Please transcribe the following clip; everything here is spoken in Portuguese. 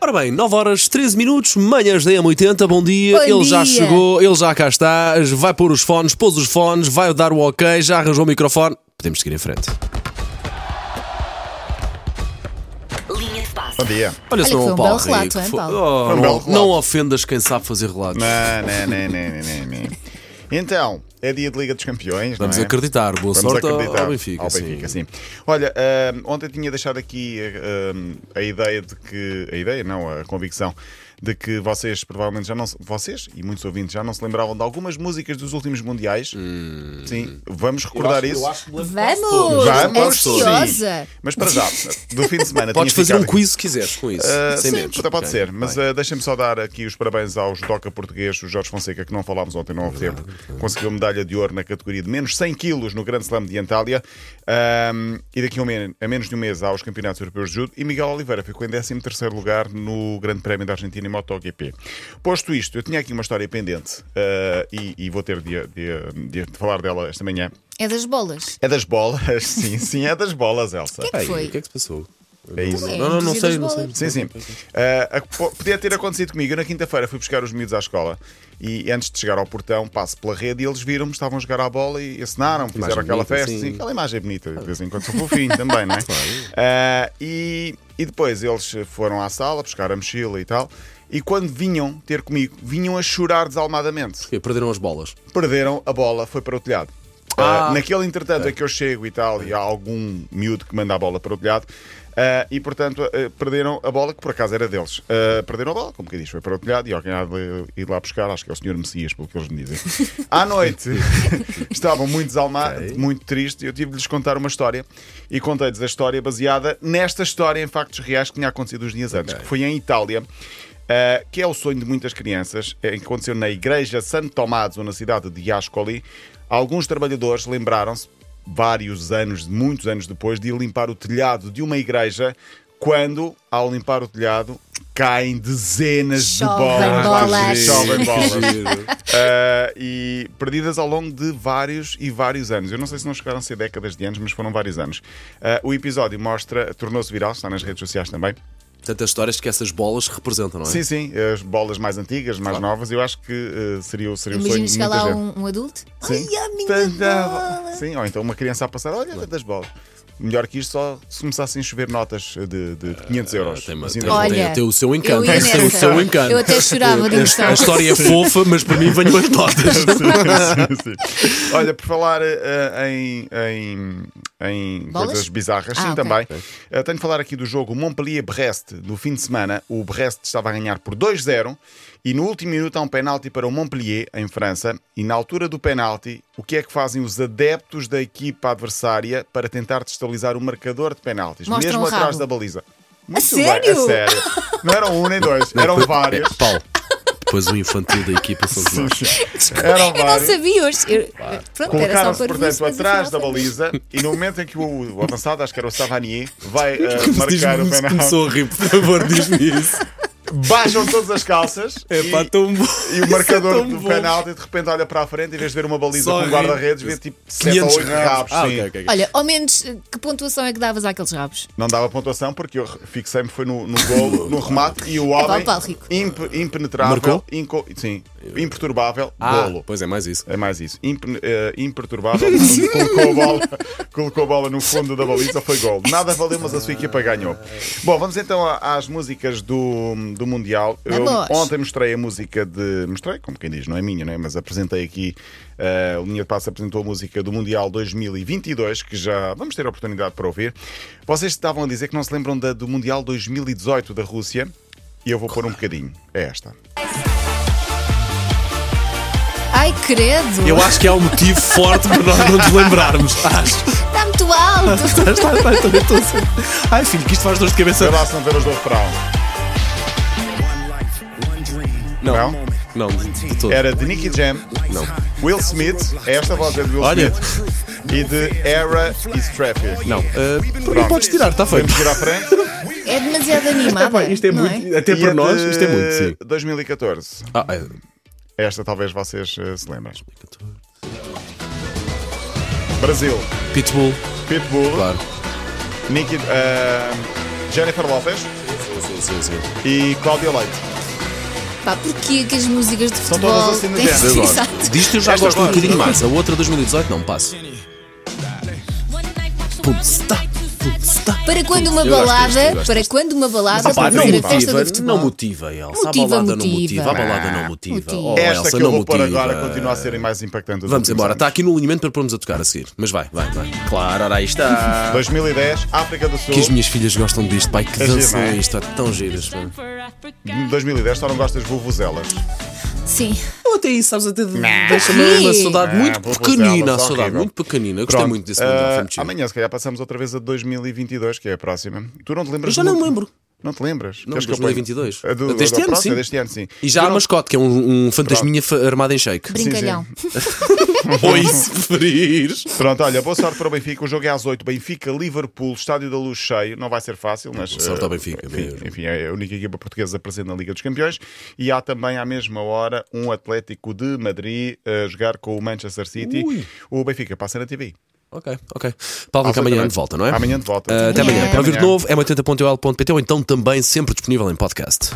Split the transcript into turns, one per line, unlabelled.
Ora bem, 9 horas 13 minutos, manhãs da M80, bom dia.
Bom
ele já
dia.
chegou, ele já cá está, vai pôr os fones, pôs os fones, vai dar o ok, já arranjou o microfone. Podemos seguir em frente.
Linha de passe.
Bom dia.
Olha,
Olha,
Sr.
foi um
Paulo
belo relato,
Rico,
hein,
foi-
Paulo?
Oh,
Foi um
não,
belo relato.
não ofendas quem sabe fazer relatos.
Não, não, não, não, não, não, não. né, Então, é dia de Liga dos Campeões.
Vamos
não é?
acreditar, boa
Vamos
sorte ao-
acreditar
ao Benfica. sim.
sim. Olha, hum, ontem tinha deixado aqui hum, a ideia de que. A ideia, não, a convicção de que vocês provavelmente já não. se- Vocês e muitos ouvintes já não se lembravam de algumas músicas dos últimos mundiais.
Hum.
Sim, vamos recordar isso.
Vamos!
Vamos, sim.
Ansiosa!
Mas para já, do fim de semana.
Podes
tinha
fazer
ficado
um
aqui.
quiz se quiseres com isso.
Uh,
sem
sim,
medos.
até pode
Ok,
ser, mas
vai.
uh, deixem-me só dar aqui os parabéns ao judoca português, o Jorge Fonseca, que não falámos ontem, não houve tempo. Conseguiu medalha de ouro na categoria de menos 100 quilos no Grande Slam de Antália. Um, e daqui a, um men- a menos de um mês aos Campeonatos Europeus de Judo. E Miguel Oliveira ficou em 13 terceiro lugar no Grande Prémio da Argentina em MotoGP. Posto isto, eu tinha aqui uma história pendente uh, e, e vou ter de- de- de- de falar dela esta manhã.
É das bolas.
É das bolas, sim, sim, é das bolas,
O
Elsa.
que é que
Ei,
foi?
O que é que se passou?
É isso.
É,
não, não, não
reduzir
sei,
as
não sei.
bolas.
Sim, sim. Ah, a- po- podia ter acontecido comigo. Eu na quinta-feira fui buscar os miúdos à escola e antes de chegar ao portão, passo pela rede e eles viram-me, estavam a jogar à bola e acenaram, fizeram
Imagem
aquela
bonita,
festa.
sim.
Sim. Aquela imagem bonita, de vez em quando sou fofinho também, não é? Ah, e, e depois eles foram à sala buscar a mochila e tal. E quando vinham ter comigo, vinham a chorar desalmadamente
Porquê? Perderam as bolas.
perderam a bola, foi para o telhado.
Ah.
Ah, naquele entretanto é que eu chego e tal, e há algum miúdo que manda a bola para o telhado, ah, e portanto ah, perderam a bola, que por acaso era deles. Ah, perderam a bola, como que diz, foi para o telhado, e alguém há de ir lá buscar, acho que é o senhor Messias, pelo que eles me dizem. à noite estavam muito desalmados, muito tristes, e eu tive de lhes contar uma história, e contei-lhes a história baseada nesta história em factos reais que tinha acontecido uns dias antes, que foi em Itália. Uh, que é o sonho de muitas crianças, é, que aconteceu na igreja Santo Tommaso, na cidade de Ascoli. Alguns trabalhadores lembraram-se, vários anos, muitos anos depois, de ir limpar o telhado de uma igreja, quando, ao limpar o telhado, caem dezenas
Chovem
de bolas.
bolas.
Chovem bolas.
Giro.
Uh, e perdidas ao longo de vários e vários anos. Eu não sei se não chegaram a ser décadas de anos, mas foram vários anos. Uh, o episódio mostra, tornou-se viral, está nas redes sociais também.
Tantas histórias é que essas bolas representam, não é?
Sim, sim, as bolas mais antigas, mais novas, eu acho que uh, seria, o- seria o sonho
Imagina
de
chegar
muita
lá
gente.
um, um adulto.
Sim.
Ai, a minha
Tanta-
bola.
Sim, ou então uma criança a passar, olha tantas bolas. Melhor que isto só se começassem a chover notas de, de 500 euros.
Ah, Tem, uma-
Assim,
tem-
não-
Olha,
tem- tem o seu
eu
encanto.
ia
Tem o
nessa.
seu encanto.
Eu até chorava de
A
emoção.
história é fofa, mas para mim venham as notas.
Sim, sim, sim. Olha, por falar eh, em, em, em
Bolas?
coisas bizarras, sim,
Ah, ok.
também. eh, tenho de falar aqui do jogo Montpellier-Brest do fim de semana. O Brest estava a ganhar por 2-0 e no último minuto há um penalti para o Montpellier, em França. E na altura do penalti, o que é que fazem os adeptos da equipa adversária para tentar destabilizar o marcador de penaltis,
Mostram
mesmo
o
atrás
um rabo.
da baliza? Muito
sério?
Bem, a sério. Não eram um nem dois, eram vários.
É, Paulo. Depois o infantil da equipa são demais.
Eram
Eu não
vários.
sabia hoje. Eu- Pronto, era só
Colocaram-se,
por
portanto, atrás da baliza e no momento em que o, o avançado, acho que era o Savanier, vai eh, marcar o
Diz-me se
penal,
começou a rir, por favor, diz-me isso.
baixam todas as calças
É pá,
e,
tão bom.
e o
Isso
marcador
é tão
do
bom.
penalti de repente olha para a frente, em vez de ver uma baliza
Só
com um
ri.
guarda-redes, vê tipo 7 ou 8 rabos.
Ah, ok,
sim.
ok, ok.
Olha, ao menos eh, que pontuação é que davas àqueles rabos?
Não dava pontuação porque eu fixei-me foi no, no golo, no remate e o homem
Paulo Rico.
imp- impenetrável,
Marcou?
inco- sim, imperturbável,
Ah,
golo.
pois é, mais isso.
É mais isso. Impe- eh, imperturbável. colocou, a bola, colocou a bola no fundo da baliza, foi gol. Nada valeu, mas a sua equipa ganhou. Bom, vamos então a- às músicas do, do Mundial. Eu
Vamos.
ontem mostrei a música de. Mostrei, como quem diz, não é minha, não é? Mas apresentei aqui. eh, o Linha de Passo apresentou a música do Mundial 2022, que já vamos ter a oportunidade para ouvir. Vocês estavam a dizer que não se lembram da, do Mundial 2018 da Rússia? E eu vou pôr um bocadinho. É esta.
Ai, credo!
Eu acho que há um motivo forte para nós não nos lembrarmos. Acho.
Está muito alto!
Está, está, está, está, está, está. Ai, filho, que isto faz dor de
Vê
cabeça.
lá se não ver os do refrão.
Não,
Não?
não, de todo.
Era de Nicky Jam,
Não.
Will Smith, esta voz é de Will
Olha.
Smith, e de Era is Traffic.
Não. Ah, por mim
Pronto.
podes tirar, está feito.
Podemos ir à frente.
É demasiado
Ah,
animado. não É?
Até
E a de 2014.
Ah, é.
Esta talvez vocês eh, se lembrem. Brasil,
Pitbull,
Pitbull,
claro.
Nicki- eh, Jennifer Lopez,
Sim, sim, sim.
e Cláudia Leite.
Pá, porquê que as músicas de
São
futebol
todas assim do
têm-
género.
Eu gosto.
Exato.
Disto eu já
Esta
gosto um
gosto.
bocadinho mais. A outra 2018 não passo. Pum, stá, pum, stá.
Para quando uma
Eu gosto
balada,
disto, eu gosto
para
disto.
quando uma balada
Ah, pá,
para
não
fazer a festa
motiva,
do futebol.
não motiva, Elsa.
Motiva,
a balada não
motiva.
motiva, a balada não motiva.
Motiva.
Oh,
Esta
Elsa,
que eu
não
vou pôr
motiva.
agora continua a serem mais impactantes. dos
Vamos
últimos
embora,
anos.
está aqui no alinhamento para pormos a tocar a seguir. Mas vai, vai, vai. Claro, ora aí está.
2010, África do Sul.
Que as minhas filhas gostam disto, pai, que
É giro,
dançam
não é?
isto, é tão giras. pá.
2010, só não gostas de vuvuzelas.
Sim.
Eu até isso, sabes, até
Sim.
deixa-me uma saudade
Não,
muito
vou passar,
pequenina, a
mas é
saudade
horrível.
muito pequenina. Eu gostei
Pronto,
muito desse
ah,
mundial, foi muito giro.
Amanhã, se calhar, passamos outra vez a 2022, que é a próxima. Tu não te lembras?
Eu já
do-
não me lembro.
Não te lembras?
Não,
Queres que eu ponha-
2022.
A do- é
Deste
da
ano,
próxima,
sim.
Deste ano, sim.
E já há a mascote, que é um, um fantasminha fa- armado em shake.
Brincalhão.
Oi, se preferires.
Pronto, olha, boa sorte para o Benfica. O jogo é às 8. Benfica, Liverpool, Estádio da Luz cheio. Não vai ser fácil, mas.
Boa sorte
eh,
ao Benfica,
Enfim,
mesmo.
enfim, é a única equipa portuguesa presente na Liga dos Campeões. E há também, à mesma hora, um Atlético de Madrid a jogar com o Manchester City.
Ui.
O Benfica passa na TV.
Ok, ok. Paulo, que
Às oito da
amanhã
noite.
de volta, não é?
Amanhã de volta.
Ah, até amanhã.
Amanhã.
Para ouvir de novo, é 80.ol.pt ou então também sempre disponível em podcast.